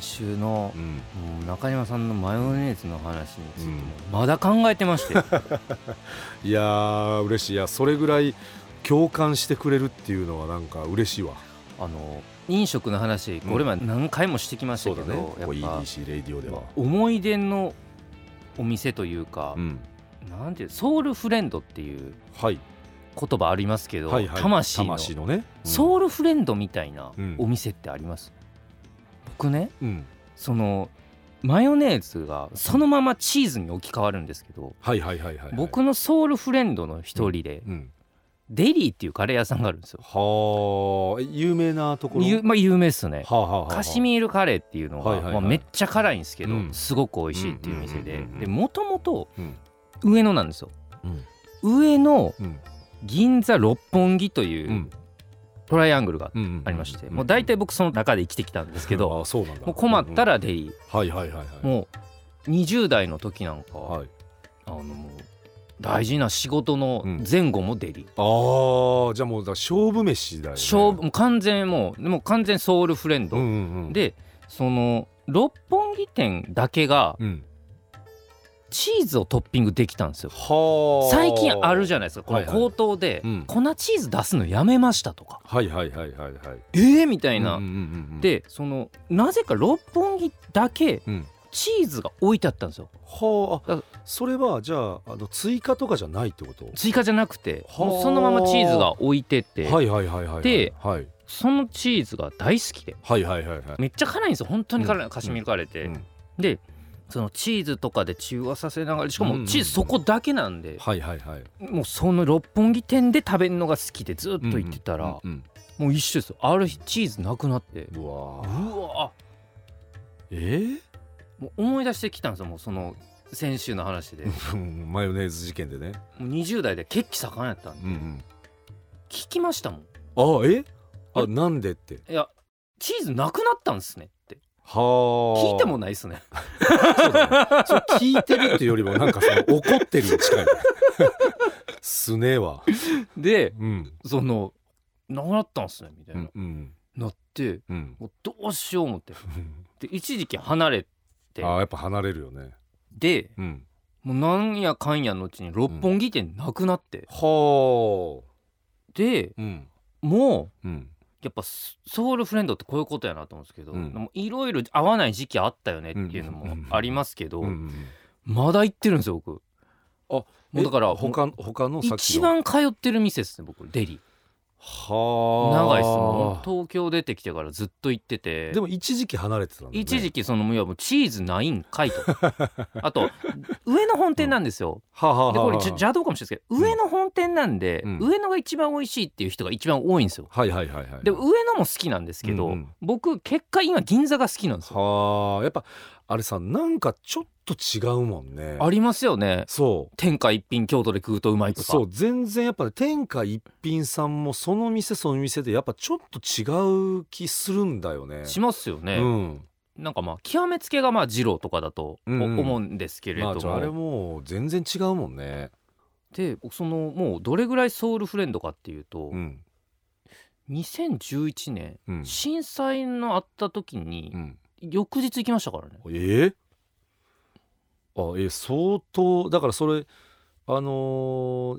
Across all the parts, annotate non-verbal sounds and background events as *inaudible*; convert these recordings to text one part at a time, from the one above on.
週のもう中島さんのマヨネーズの話についてもまだ考えて *laughs* ましたよいやー嬉しいいやそれぐらい共感してくれるっていうのはなんか嬉しいわあの飲食の話うんこれまで何回もしてきましたけど、こうやっぱ EDC レディオでは思い出のお店というか、んなんていうソウルフレンドっていうはい言葉ありますけど、はいはい魂の魂のねソウルフレンドみたいなうんお店ってあります、僕ねうん、うん、そのマヨネーズがそのままチーズに置き換わるんですけどはいはいはいはい、はい、僕のソウルフレンドの一人でうんデリーっていうカレー屋さんがあるんですよ。はあ有名なところゆまあ、有名っすね。はあはあはあカシミールカレーっていうのが、はいはいはいまあ、めっちゃ辛いんですけど、うんすごく美味しいっていう店うでんうんうんうんでもともとうん上野なんですよ。うん上野うん銀座六本木といううんトライアングルがうんうんありまして、もう大体僕その中で生きてきたんですけど、あそうなんだもう困ったらデリうんはいはいはいはいーもう20代の時なんか、はいあのもう大事な仕事の前後もデリー、ああじゃあもうだ勝負飯だよね勝負もう完全もうもう完全ソウルフレンドうんうんうんでその六本木店だけがうんチーズをトッピングできたんですよはあ最近あるじゃないですかこはのいはい口頭でうん粉チーズ出すのやめましたとかはいはいはいはいはいみえーみたいななでそのなぜか六本木だけうんチーズが置いてあったんですよはあだあそれはじゃああの追加とかじゃないってこと追加じゃなくてはあもうそのままチーズが置いててはいはいはいはいはいではいそのチーズが大好きではいはいはいはいめっちゃ辛いんですよ本当に辛いカシミールカレーってうんでそのチーズとかで中和させながらしかうんうんうもんチーズそこだけなんではいはいはいもうその六本木店で食べるのが好きでずっと行ってたら、うんうんもう一緒ですよある日チーズなくなってうんうわうーわえー *laughs* もう思い出してきたんですよもうその先週の話でもうんマヨネーズ事件でね。う20代で血気盛んやったんでうん聞きましたもんうん、あええあなんでって。いやチーズなくなったんですねってはあ。聞聞いてもないっすねそうだ *laughs* ねそれ聞いてるっていうよりもなんかその怒ってるに近い。すねは。でうんそのなくなったんすねみたいうな、んうんなってうん。もうどうしよう思ってで一時期離れあてーやっぱ離れるよね。でうん。もうなんやかんやのうちに六本木店なくなって、はであ。うんもううんやっぱソソウルフレンドってこういうことやなと思うんですけどうんもういろいろ合わない時期あったよねっていうのもありますけど、うんうん。まだ行ってるんですよ僕あもうだからえ他他のさっき一の。番通ってる店ですね僕デリはあ。長いですもう東京出てきてからずっと行っててでも一時期離れてたんだね。一時期。期そのもういやもうチーズないん *laughs* かいとあと上の本店なんですよ、はあはあはあでこれじゃ邪道かもしれないですけど上の本店なんで、うん上野が一番美味しいっていう人が一番多いんですよはいはいはいはい。で上野も好きなんですけど、うんうん僕結果今銀座が好きなんですよはあやっぱあれさなんかちょっと違うもんねありますよねそう天下一品京都で食うとうまいとかそう全然やっぱね天下一品さんもその店その店でやっぱちょっと違う気するんだよねしますよね、うんなんかまあ極めつけがまあ二郎とかだとおうんうん思うんですけれまどあちょも、あれもう全然違うもんねでそのもうどれぐらいソウルフレンドかっていうと、うん2011年うん震災のあった時にうん翌日行きましたからね、えーあえ相当だからそれあのー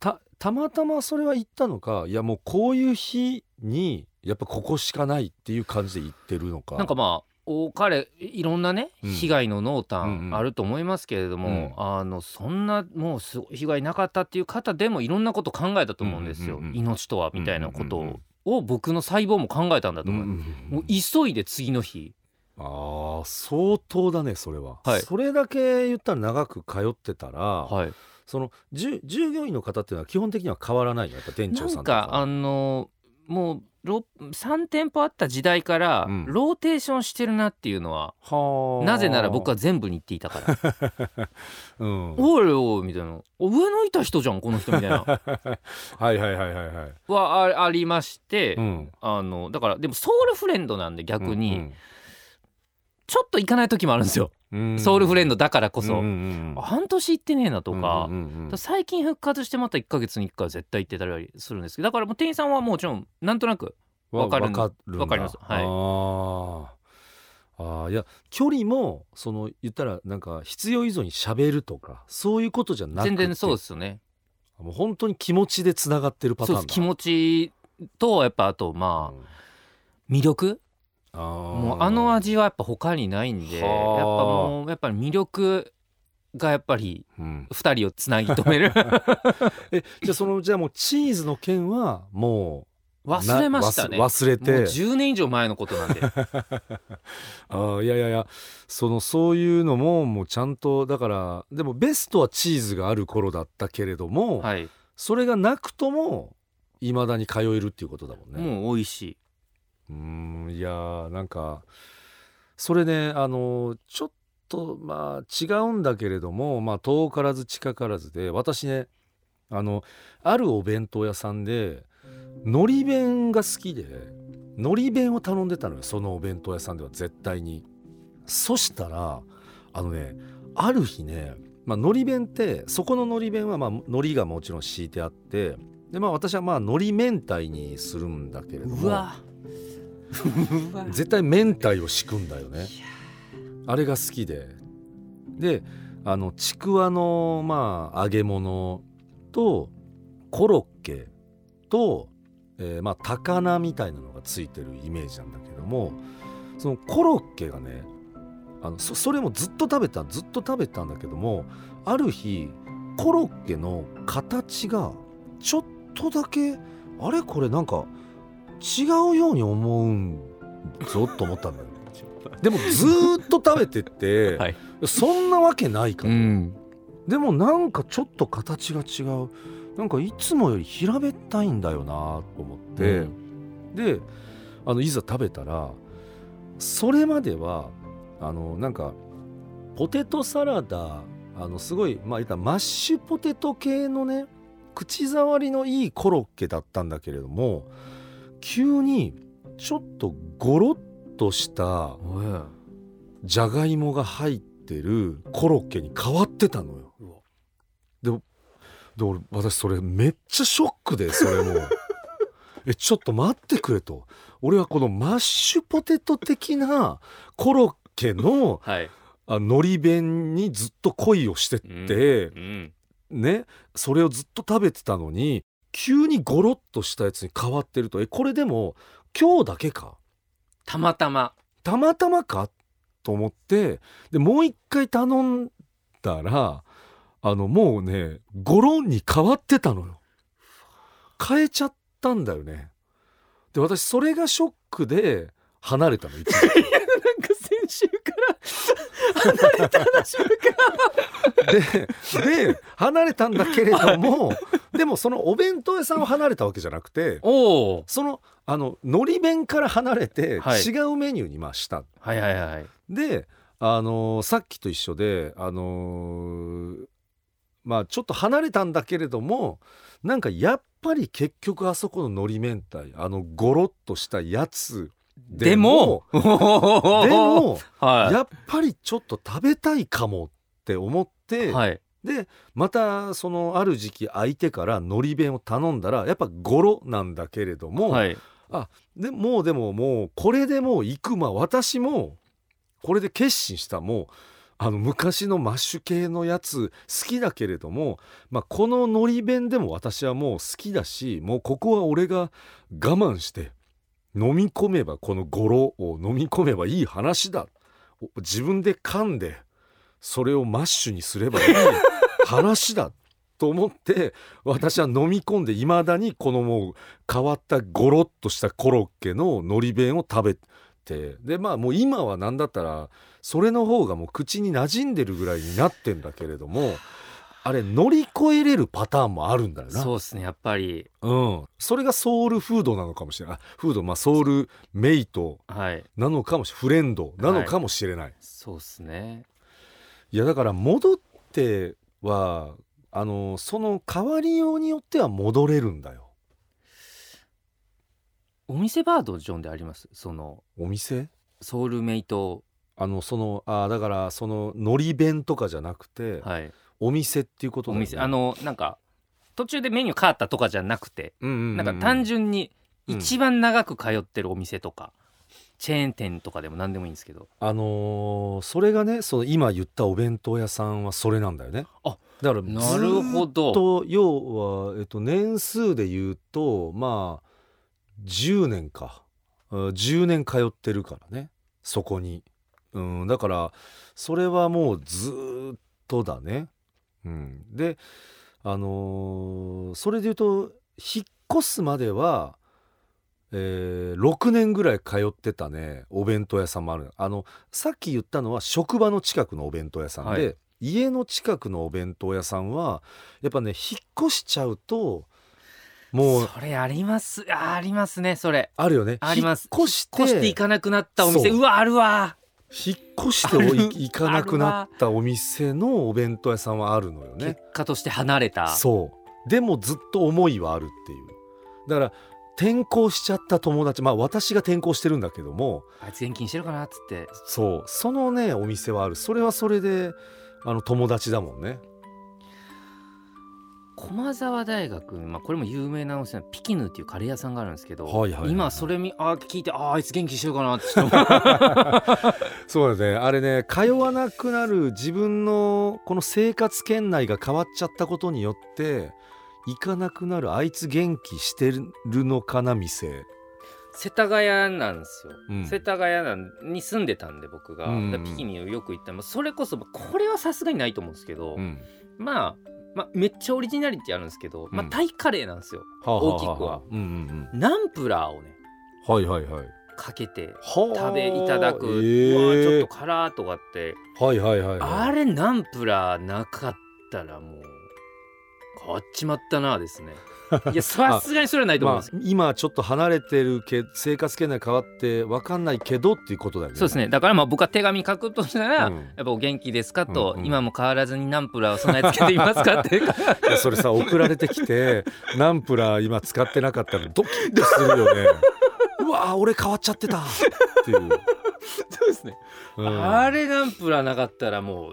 たたまたまそれは行ったのかいやもうこういう日にやっぱここしかないっていう感じで行ってるのかなんかまあ多かれいろんなねうん被害の濃うんう淡んあると思いますけれども、あのそんなもうすごい被害なかったっていう方でもいろんなこと考えたと思うんですよ、うんうんうん命とはみたいなことを,、うんうんうん僕の細胞も考えたんだと思います、もう急いで次の日ああ相当だねそれは、はいそれだけ言ったら長く通ってたら、はいそのじゅ従業員の方っていうのは基本的には変わらないのやっぱ店な長さんとんかかあのもうろ3店舗あった時代からうんローテーションしてるなっていうのは、はなぜなら僕は、全部に行ってい *laughs* たからうん、*laughs*「おいおい」みたいな「お上のいた人じゃんこの人」みたいなはいはいはいはいはい、はあありまして、うん、あのだからでもソウルフレンドなんで逆に、うんちょっと行かない時もあるんですよ、うんうんソウルフレンドだからこうんそ、うんうんうん半年行ってねえなとか。うんうんうんだから最近復活してまた1ヶ月に1回絶対行ってたりするんですけどだからもう店員さんはもちろんなんとなくわわかるわかるんだわかりますはいあーあーいや距離もその言ったらなんか必要以上に喋るとかそういうことじゃなくて全然そうですよねもう本当に気持ちでつながってるパタそうーでンすだ気持ちとやっぱあとまあ魅力あーもうあの味はやっぱ他にないんでやっはぱあもうやっぱり魅力がやっぱりうん *laughs* 2人をつなぎ止めるえじゃあそのじゃあもうチーズの件はもう忘れましたねなもう忘忘れて10年以上前のことな *laughs* んでああいやいやいやそのそういうのももうちゃんとだからでもベストはチーズがある頃だったけれども、はいそれがなくともいまだに通えるっていうことだもんね。もう美味しいうーんいやーなんかそれねあのちょっとまあ違うんだけれども、まあ、遠からず近からずで私ねあのあるお弁当屋さんでのり弁が好きでのり弁を頼んでたのよそのお弁当屋さんでは絶対に。そしたらあのねある日ね、まあ、のり弁ってそこののり弁はまあのりがもちろん敷いてあってで、まあ、私はまあのり明太にするんだけれどもうわうわ絶対明太を敷くんだよねあれが好きでであのちくわのまあ揚げ物とコロッケと、えーまあ高菜みたいなのがついてるイメージなんだけどもそのコロッケがねあのそそれもずっと食べたずっと食べたんだけどもある日コロッケの形がちょっとだけあれこれなんか違うように思うんぞと思ったんだよねでもずーっと食べてって、 *laughs* はいそんなわけないかうら、んでもなんかちょっと形が違うなんかいつもより平べったいんだよなと思って、うんであのいざ食べたらそれまではあのなんかポテトサラダあのすごい、まあ、言ったらマッシュポテト系のね口触りのいいコロッケだったんだけれども急にちょっとゴロッとしたおいじゃがいもが入ってるコロッケに変わってたのよ。でで俺私それめっちゃショックでそれ *laughs* もえちょっと待ってくれと俺はこのマッシュポテト的なコロッケのはいあのり弁にずっと恋をしてって、うんねそれをずっと食べてたのに急にゴロッとしたやつに変わってるとえこれでも今日だけかたまたまたまたまかと思ってでもう一回頼んだらあのもうねゴロンに変わってたのよ変えちゃったんだよねで私それがショックで離れた *laughs* の一時なんか先週から *laughs* 離れた話がでで離れたんだけれどもでもそのお弁当屋さんを離れたわけじゃなくておおそのあののり弁から離れてはい違うメニューにまあしたはいはいはいで、あのーさっきと一緒で、あのーまあちょっと離れたんだけれどもなんかやっぱり結局あそこののり明太あのゴロッとしたやつでもででもも *laughs* はやっぱりちょっと食べたいかもって思って、いはいでまたそのある時期相手からのり弁を頼んだらやっぱゴロなんだけれども、はいでもうでももうこれでもう行くまあ私もこれで決心したもうあの昔のマッシュ系のやつ好きだけれども、まあ、こののり弁でも私はもう好きだしもうここは俺が我慢して飲み込めばこの語呂を飲み込めばいい話だお自分で噛んでそれをマッシュにすればいい話だ *laughs* と思って私は飲み込んでいまだにこのもう変わったゴロッとしたコロッケののり弁を食べてでまあもう今は何だったらそれの方がもう口に馴染んでるぐらいになってんだけれどもあれ乗り越えれるパターンもあるんだよなそうですねやっぱりうん、それがソウルフードなのかもしれないあフード、まあ、ソウルメイトはいなのかもしれないフレンドなのかもしれない、い、そうですねやだから戻ってはあのその変わりようによっては戻れるんだよお店バードジョンでありますそのお店ソウルメイトあのそのあだからそののり弁とかじゃなくて、はいお店っていうことおだよね店あのなんか途中でメニュー変わったとかじゃなくてうんうううなんか単純にうん一番長く通ってるお店とか、チェーン店とかでも何でもいいんですけどあのーそれがねその今言ったお弁当屋さんはそれなんだよね。あだからなるほどずーっと要は、えっと、年数で言うとまあ10年かうん10年通ってるからねそこに、うん、だからそれはもうずーっとだね。うん、であのーそれで言うと引っ越すまでは、えー6年ぐらい通ってたねお弁当屋さんもあるあのさっき言ったのは職場の近くのお弁当屋さんで、はい家の近くのお弁当屋さんはやっぱね引っ越しちゃうともうそれありますあありますねそれあるよねあります引っ越して引っ越していかなくなったお店そううわあるわ引っ越しておあるい行かなくなったお店のお弁当屋さんはあるのよね結。果として離れたそうでもずっと思いはあるっていうだから転校しちゃった友達まあ私が転校してるんだけどもあいつ現金してるかなっつってそうそのねお店はあるそれはそれであの友達だもんね駒沢大学、まあ、これも有名なお店ピキヌっていうカレー屋さんがあるんですけど、はいはいはいはい今それみあ聞いてああいつ元気してるかなってちょっと思 *laughs* うそうだねあれね通わなくなる自分のこの生活圏内が変わっちゃったことによって行かなくなるあいつ元気してるのかな店世田谷なんですよ、うん世田谷なんに住んでたんで僕が、うんうんうんでピキヌよく行ったまあそれこそまあこれはさすがにないと思うんですけど、ん、まあまあ、めっちゃオリジナリティあるんですけど、まあ、うんタイカレーなんですよ、はああ大きくはあうんうんナンプラーをねうん、はいはいはいかけて食食べいただく、えうわちょっえと辛ーとかってはいはいはい、はい、あれナンプラーなかったらもう変わっちまったなあです *laughs* ね。いやさすがにそれはないとま思いあます。、今ちょっと離れてるけ生活圏内変わって分かんないけどっていうことだよね。そうですねだからまあ僕は手紙書くとしたら、うんやっぱお元気ですかと、うんうん今も変わらずにナンプラーを備え付けていますかっていやそれさ送られてきてナンプラー今使ってなかったらドキッとす *laughs* るよね。うわー俺変わっちゃってたっていう。 *laughs* そうですね、うんあれナンプラーなかったらもう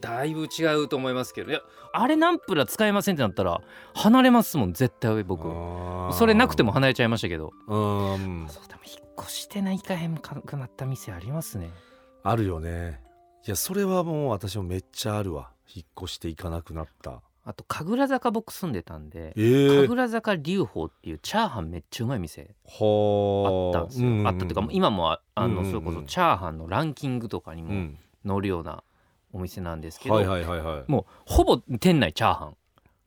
だいぶ違うと思いますけどいやあれナンプラー使えませんってなったら離れますもん絶対僕あーそれなくても離れちゃいましたけどうんそうでも引っ越してないかへんかくなった店ありますねあるよね。いやそれはもう私もめっちゃあるわ引っ越していかなくなった。あと神楽坂僕住んでたんでえ神楽坂龍宝っていうチャーハンめっちゃうまい店あったんですよ、あったっていうかもう今もああうんうのんうんそれこそチャーハンのランキングとかにうもん、載るようなお店なんですけど、はいはいはいはい。もうほぼ店内チャーハン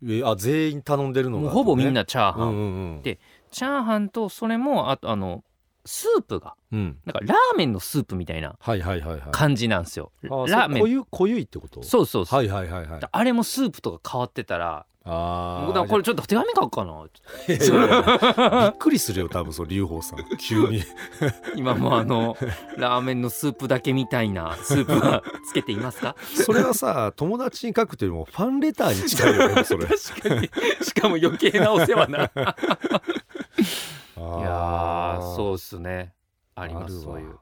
えーあ全員頼んでるのが、もうほぼみん。なチャーハうン、んうんうん。でチャーハンとそれもあとあのスープがうん。なんかラーメンのスープみたいなはいはいはいはい。感じなんですよ、ああラーそうメ濃ンゆ濃ゆいってことそうそうそう、はいはいはいはいだあれもスープとか変わってたらあ僕だからこれちょっと手紙書くかなれ *laughs* びっくりするよ多分その龍宝さん *laughs* 急に今も *laughs* あのラーメンのスープだけみたいなスープはつけていますかそれはさ友達に書くというよりもファンレターに近いよね *laughs* *laughs* それ確かにしかも余計なお *laughs* 世話ないやいーそううっすねありますそういう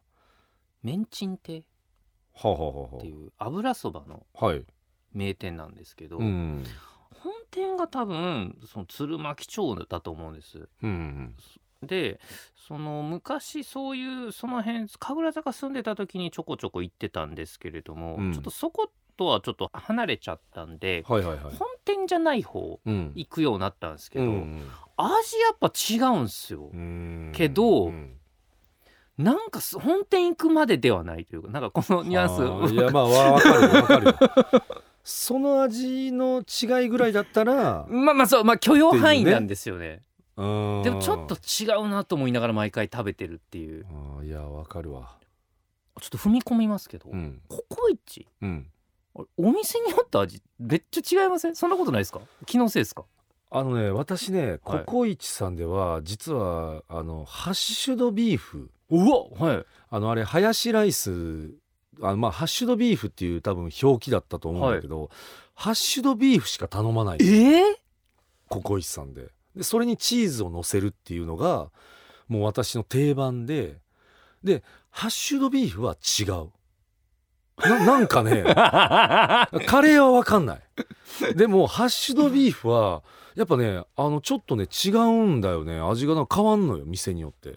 メンチン亭っはあはあはあていう油そばのはあはい名店なんですけど、うん本店が多分その鶴巻町だと思うんですうんでその昔そういうその辺神楽坂住んでた時にちょこちょこ行ってたんですけれども、うんちょっとそことはちょっと離れちゃったんで、はいはいはい本店じゃない方うん行くようになったんですけど、うん味やっぱ違うんすよ、うんけどうんなんかす本店行くまでではないというかなんかこのニュアあンースいやまあわわかるよわかるよその味の違いぐらいだったら *laughs* まあまあそうまあ許容範囲っていうねなんですよねでもでもちょっと違うなと思いながら毎回食べてるっていういやわかるわちょっと踏み込みますけど、んココイチうんあれお店にあった味めっちゃ違いませんそんなことないですか気のせいですかあのね私ねココイチさんでは実はあのハッシュドビーフうわはいあのあれハヤシライスあのまあハッシュドビーフっていう多分表記だったと思うんだけど、ハッシュドビーフしか頼まない *laughs* ええココイチさんででそれにチーズを乗せるっていうのがもう私の定番ででハッシュドビーフは違うななんかね *laughs* カレーは分かんないでもハッシュドビーフはやっぱねあのちょっとね違うんだよね味がなんか変わんのよ店によってい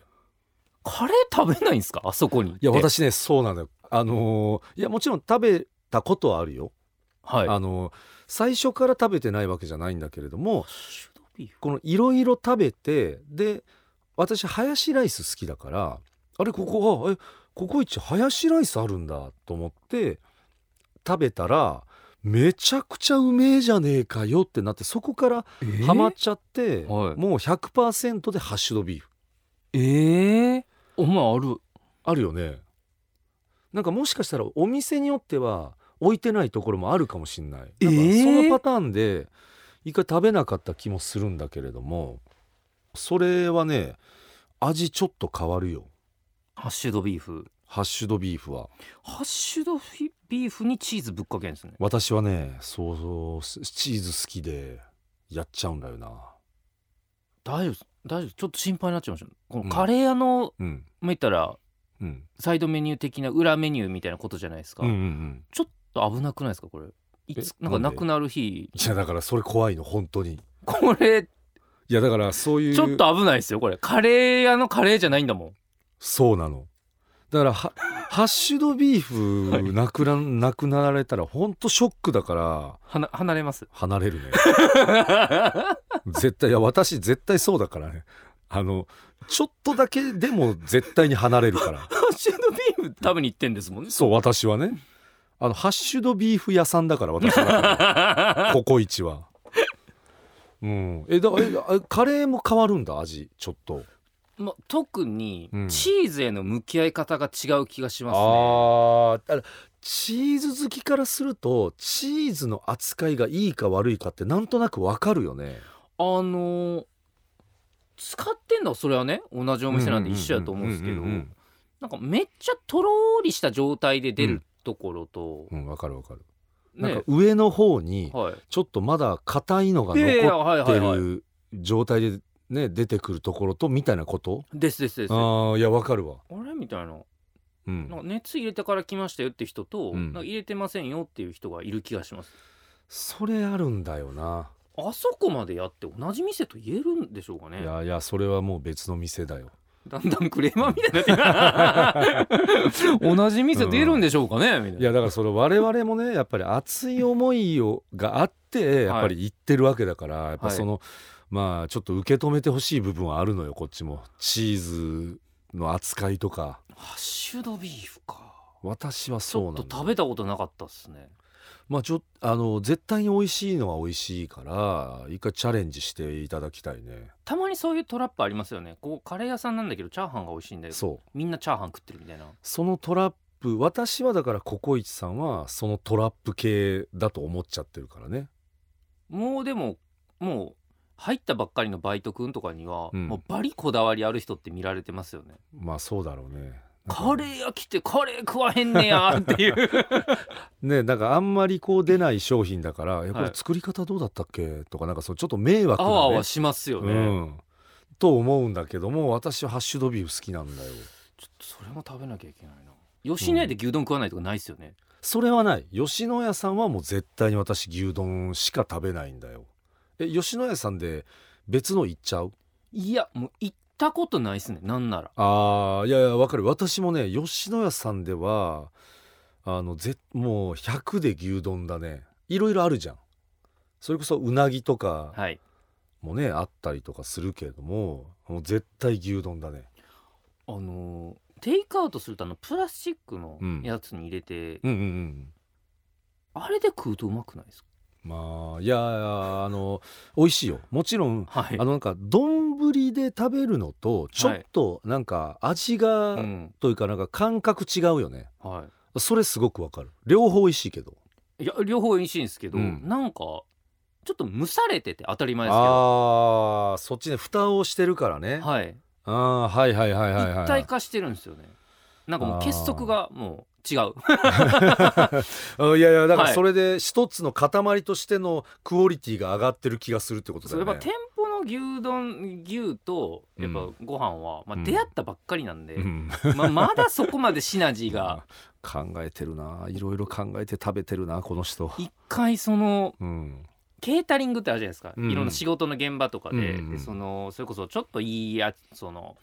カレー食べないんですかあそこにいや私ねそうなんだよあのーいやもちろん食べたことはあるよ、はいあのー最初から食べてないわけじゃないんだけれどもハッシュドビーフこのいろいろ食べてで私ハヤシライス好きだからあれここはえココイチハヤシライスあるんだと思って食べたらめちゃくちゃうめえじゃねえかよってなってそこからハマっちゃって、はいもう100%でハッシュドビーフえー、えー、お前あるあるよねなんかもしかしたらお店によっては置いてないところもあるかもしんない、えーなんかそのパターンで一回食べなかった気もするんだけれどもそれはね味ちょっと変わるよハッシュドビーフハッシュドビーフはハッシュドビーフにチーズぶっかけるんですね私はねそうそうすチーズ好きでやっちゃうんだよな大丈夫です大丈夫ですちょっと心配になっちゃいましたこうんのカレー屋の、うんまあ言ったらうんサイドメニュー的な裏メニューみたいなことじゃないですか、うんうんうんちょっと危なくないですかこれいつえなんかななんでくなる日いやだからそれ怖いの本当にこれいやだからそういうちょっと危ないですよこれカレー屋のカレーじゃないんだもんそうなのだからはハッシュドビーフなくな,、なくなられたらほんとショックだからはな離れます離れるね絶対いや私絶対そうだからねあのちょっとだけでも絶対に離れるからハッシュドビーフ食べに行ってんですもんねそう私はねあのハッシュドビーフ屋さんだから私はココイチはうんえだえあカレーも変わるんだ味ちょっとまあ、特にうんチーズへの向き合い方が違う気がしますあね、ーあらチーズ好きからするとチーズの扱いがいいか悪いかってなんとなくわかるよねあのー使ってんだそれはね同じお店なんで一緒やと思うんですけどううんなんかめっちゃとろーりした状態で出るところと、うんわかるわかる、ねなんか上の方にはいちょっとまだ硬いのがいやいや残はいっはていはいる状態でね出てくるところとみたいなことですですですあああいやわかるわれみたいなうなんんか熱入れてから来ましたよって人と、うんなんか入れてませんよっていう人がいる気がしますそれあるんだよな、あそこまでやって同じ店と言えるんでしょうかねいやいやそれはもう別の店だよだんだんクレーマーみたいにな *laughs* ってる同じ店出るんでしょうかね、みたいないやだからそれ我々もねやっぱり熱い思いをがあってやっぱり言ってるわけだから、やっぱそのまあちょっと受け止めてほしい部分はあるのよこっちもチーズの扱いとかハッシュドビーフか私はちそうょなっんとだ食べたことなかったっすねまあちょあの絶対に美味しいのは美味しいから一回チャレンジしていただきたいねたまにそういうトラップありますよねこうカレー屋さんなんだけどチャーハンが美味しいんだよそうみんなチャーハン食ってるみたいなそのトラップ私はだからココイチさんはそのトラップ系だと思っちゃってるからねもうでももう入ったばっかりのバイト君とかには、うんもうバリこだわりある人って見られてますよねまあそうだろうねカレー屋来てカレー食わへんねや *laughs* ーっていうねなんかあんまりこう出ない商品だから「えこはれい作り方どうだったっけ?」とかなんかそうちょっと迷惑あな、ね、わあわしますよね、うん、と思うんだけども私はハッシュドビーフ好きなんだよちょっとそれも食べなきゃいけないな吉野家で牛丼食わないとかないっすよね、それはない吉野家さんはもう絶対に私牛丼しか食べないんだよえ吉野家さんで別の行っちゃういやもう行ったことないっすねなんならあーいやいやわかる私もね吉野家さんではあのぜもう100で牛丼だねいろいろあるじゃんそれこそうなぎとかはいもねあったりとかするけれどももう絶対牛丼だねあのーテイクアウトするとあのプラスチックのうんやつに入れて、うんうんうんあれで食うとうまくないですかまあいやいやあの美味しいよもちろんはいあのなんか丼で食べるのとちょっとなんか味が、うんというかなんか感覚違うよねはいそれすごくわかる両方美味しいけどいや両方美味しいんですけど、うんなんかちょっと蒸されてて当たり前ですけどああそっちね蓋をしてるからね、はい、ああはいはいはいはいはい一体化してるんですよねなんかもう結束がもう違ううんいやいやだからはいそれで一つの塊としてのクオリティが上がってる気がするってことだそうよやっねぱ店舗の牛丼牛とやっぱご飯は、うまんあ、出会ったばっかりなんで、うんまあまだそこまでシナジ *laughs* ーが考えてるないろいろ考えて食べてるなこの人一回そのうんケータリングってあるじゃないですか、うんいろんな仕事の現場とかで,、うんうんでそのそれこそちょっといいやその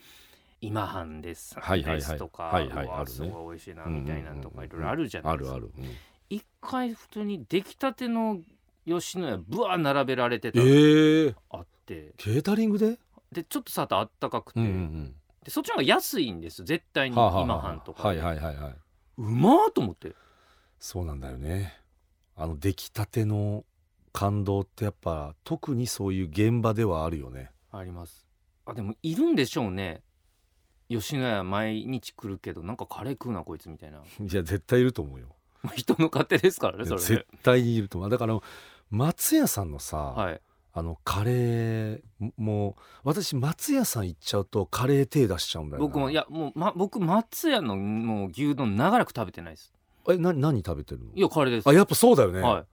今半です、はいはいはいですとか、はいはいああるねすごい美味しいなみたいなのとうんうんうんうかんいろいろあるじゃなあいでるすか、ある、うん一回普通に出来たての吉野家ぶわー並べられてたええのー、あってケータリングで、でちょっとさとあったかくて、うんうんでそっちの方が安いんです絶対うんにはあはあ今はあ半とかはいで、はいはいはいうまーと思ってそうなんだよねあの出来たての感動ってやっぱ特にそういう現場ではあるよね *laughs* ありますあでもいるんでしょうね吉野家毎日来るけどなんかカレー食うなこいつみたいないや絶対いると思うよ人の勝手ですからねそれね絶対にいると思うだから松屋さんのさ、はいあのカレーもう私松屋さん行っちゃうとカレー手出しちゃうんだよな僕もいやもう、ま、僕松屋のもう牛丼長らく食べてないですえな何食べてるのいやカレーですあやっぱそうだよね、は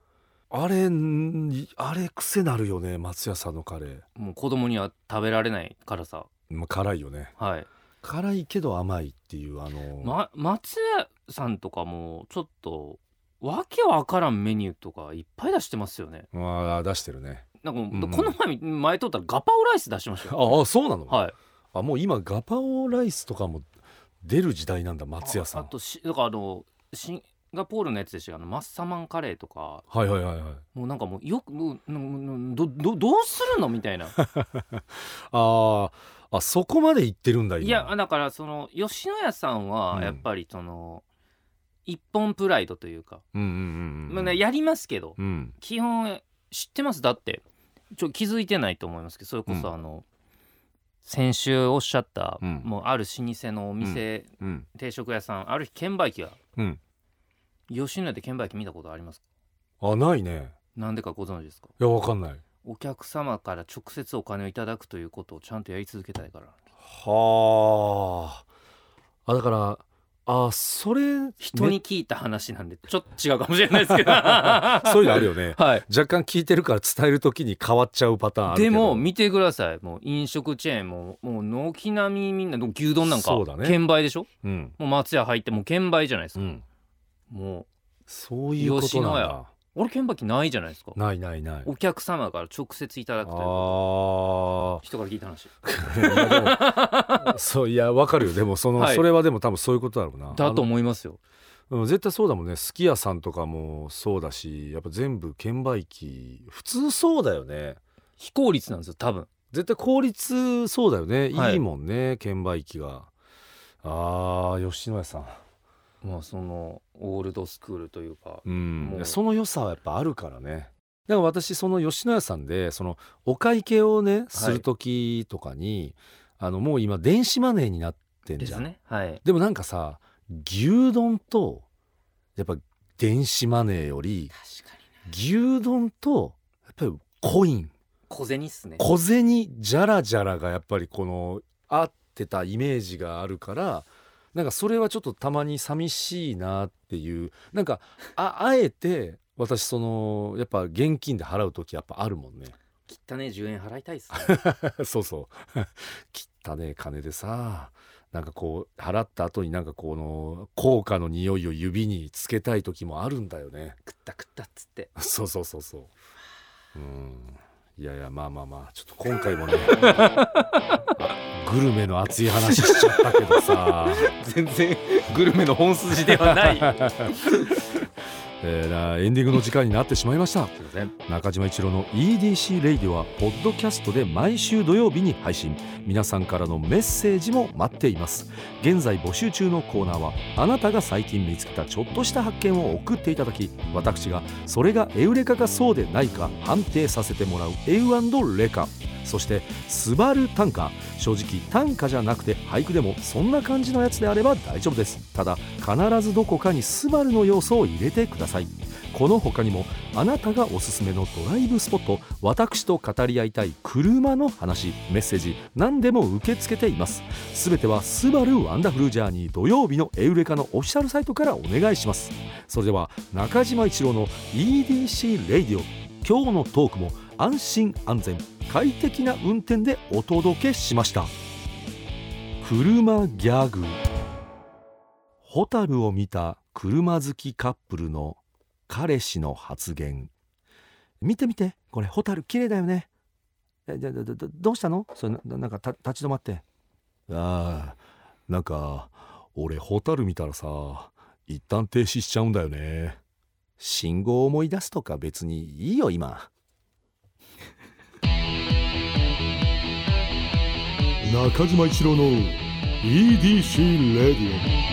あれんあれ癖なるよね松屋さんのカレー、いもう子供には食べられない辛さまあ、辛いよねはい、辛いけど甘いっていうあの、ま、松屋さんとかもちょっとわけわからんメニューとかいっぱい出してますよねまあ出してるねなんかもう、うんうんこの前前通ったらガパオライス出してましたよああそうなの、はいあもう今ガパオライスとかも出る時代なんだ松屋さんああとしだからあのシンガポールのやつでしたあのマッサマンカレーとかはいはいはいはいもうなんかもうよくもうもうどどどうするのみたいなあーあそこまで行ってるんだ今いやだからその吉野家さんはうんやっぱりその、一本プライドというか、うんうんうんうんまあね、やりますけどうん基本知ってますだってちょ気づいてないと思いますけどそれこうそんあの、先週おっしゃった、うんもうある老舗のお店、うん定食屋さんある日券売機が、うん吉野家で券売機見たことありますかあないねなんでかご存知ですかいやわかんないお客様から直接お金をいただくということをちゃんとやり続けたいからはああだからあそれ人ねに聞いた話なんでちょっと違うかもしれないですけど *laughs* そういうのあるよね *laughs* はい若干聞いてるから伝えるときに変わっちゃうパターンあるけでども見てくださいもう飲食チェーンももう軒並みみんなでも牛丼なんかそうだね券売でしょうん、もう松屋入ってもう券売じゃないですうか、ん、もそういうことなんだう俺券売機ないじゃないですかないないないお客様から直接いただくというこあと人から聞いた話あ *laughs* そういやわかるよでもその、はいそれはでも多分そういうことだろうなだと思いますよあのうん絶対そうだもんねすき家さんとかもそうだしやっぱ全部券売機普通そうだよね非効率なんですよ多分絶対効率そうだよね、、はいいいもんね券売機があー吉野家さんまあそのオールドスクールというかうんもうその良さはやっぱあるからねだから私その吉野家さんでそのお会計をねする時とかに、あのもう今電子マネーになってんでじゃすんねはいでもなんかさ牛丼とやっぱ電子マネーより確かに牛丼とやっぱりコイン小銭っすね小銭じゃらじゃらがやっぱりこの合ってたイメージがあるからなんかそれはちょっとたまに寂しいなっていうなんかああえて私そのやっぱ現金で払う時やっぱあるもんね *laughs* 汚ね10円払いたいっ *laughs* すねそうそう *laughs* 切ったね金でさなんかこう払った後になんかこの硬貨の匂いを指につけたい時もあるんだよね食った食ったっつってそうそうそうそううんいやいやまあまあまあちょっと今回もねグルメの熱い話しちゃったけどさ、全然グルメの本筋ではない *laughs* えーなエンディングの時間になってしまいましたすいません中島一郎の EDC レイディはポッドキャストで毎週土曜日に配信皆さんからのメッセージも待っています現在募集中のコーナーはあなたが最近見つけたちょっとした発見を送っていただき私がそれがエウレカかそうでないか判定させてもらうエウレカそして「スバル短歌」正直短歌じゃなくて俳句でもそんな感じのやつであれば大丈夫ですただ必ずどこかに「スバルの要素を入れてくださいこの他にもあなたがおすすめのドライブスポット私と語り合いたい車の話メッセージ何でも受け付けていますすべては「スバルワンダフルジャーニー土曜日のエウレカのオフィシャルサイトからお願いしますそれでは中島一郎の EDC レイディオ今日のトークも安心安全快適な運転でお届けしました車ギャグホタルを見た車好きカップルの彼氏の発言見て見てこれホタル綺麗だよねえどどどどうしたのそれななんかた立ち止まってああなんか俺ホタル見たらさ一旦停止しちゃうんだよね信号を思い出すとか別にいいよ今中島一郎の EDC レディオ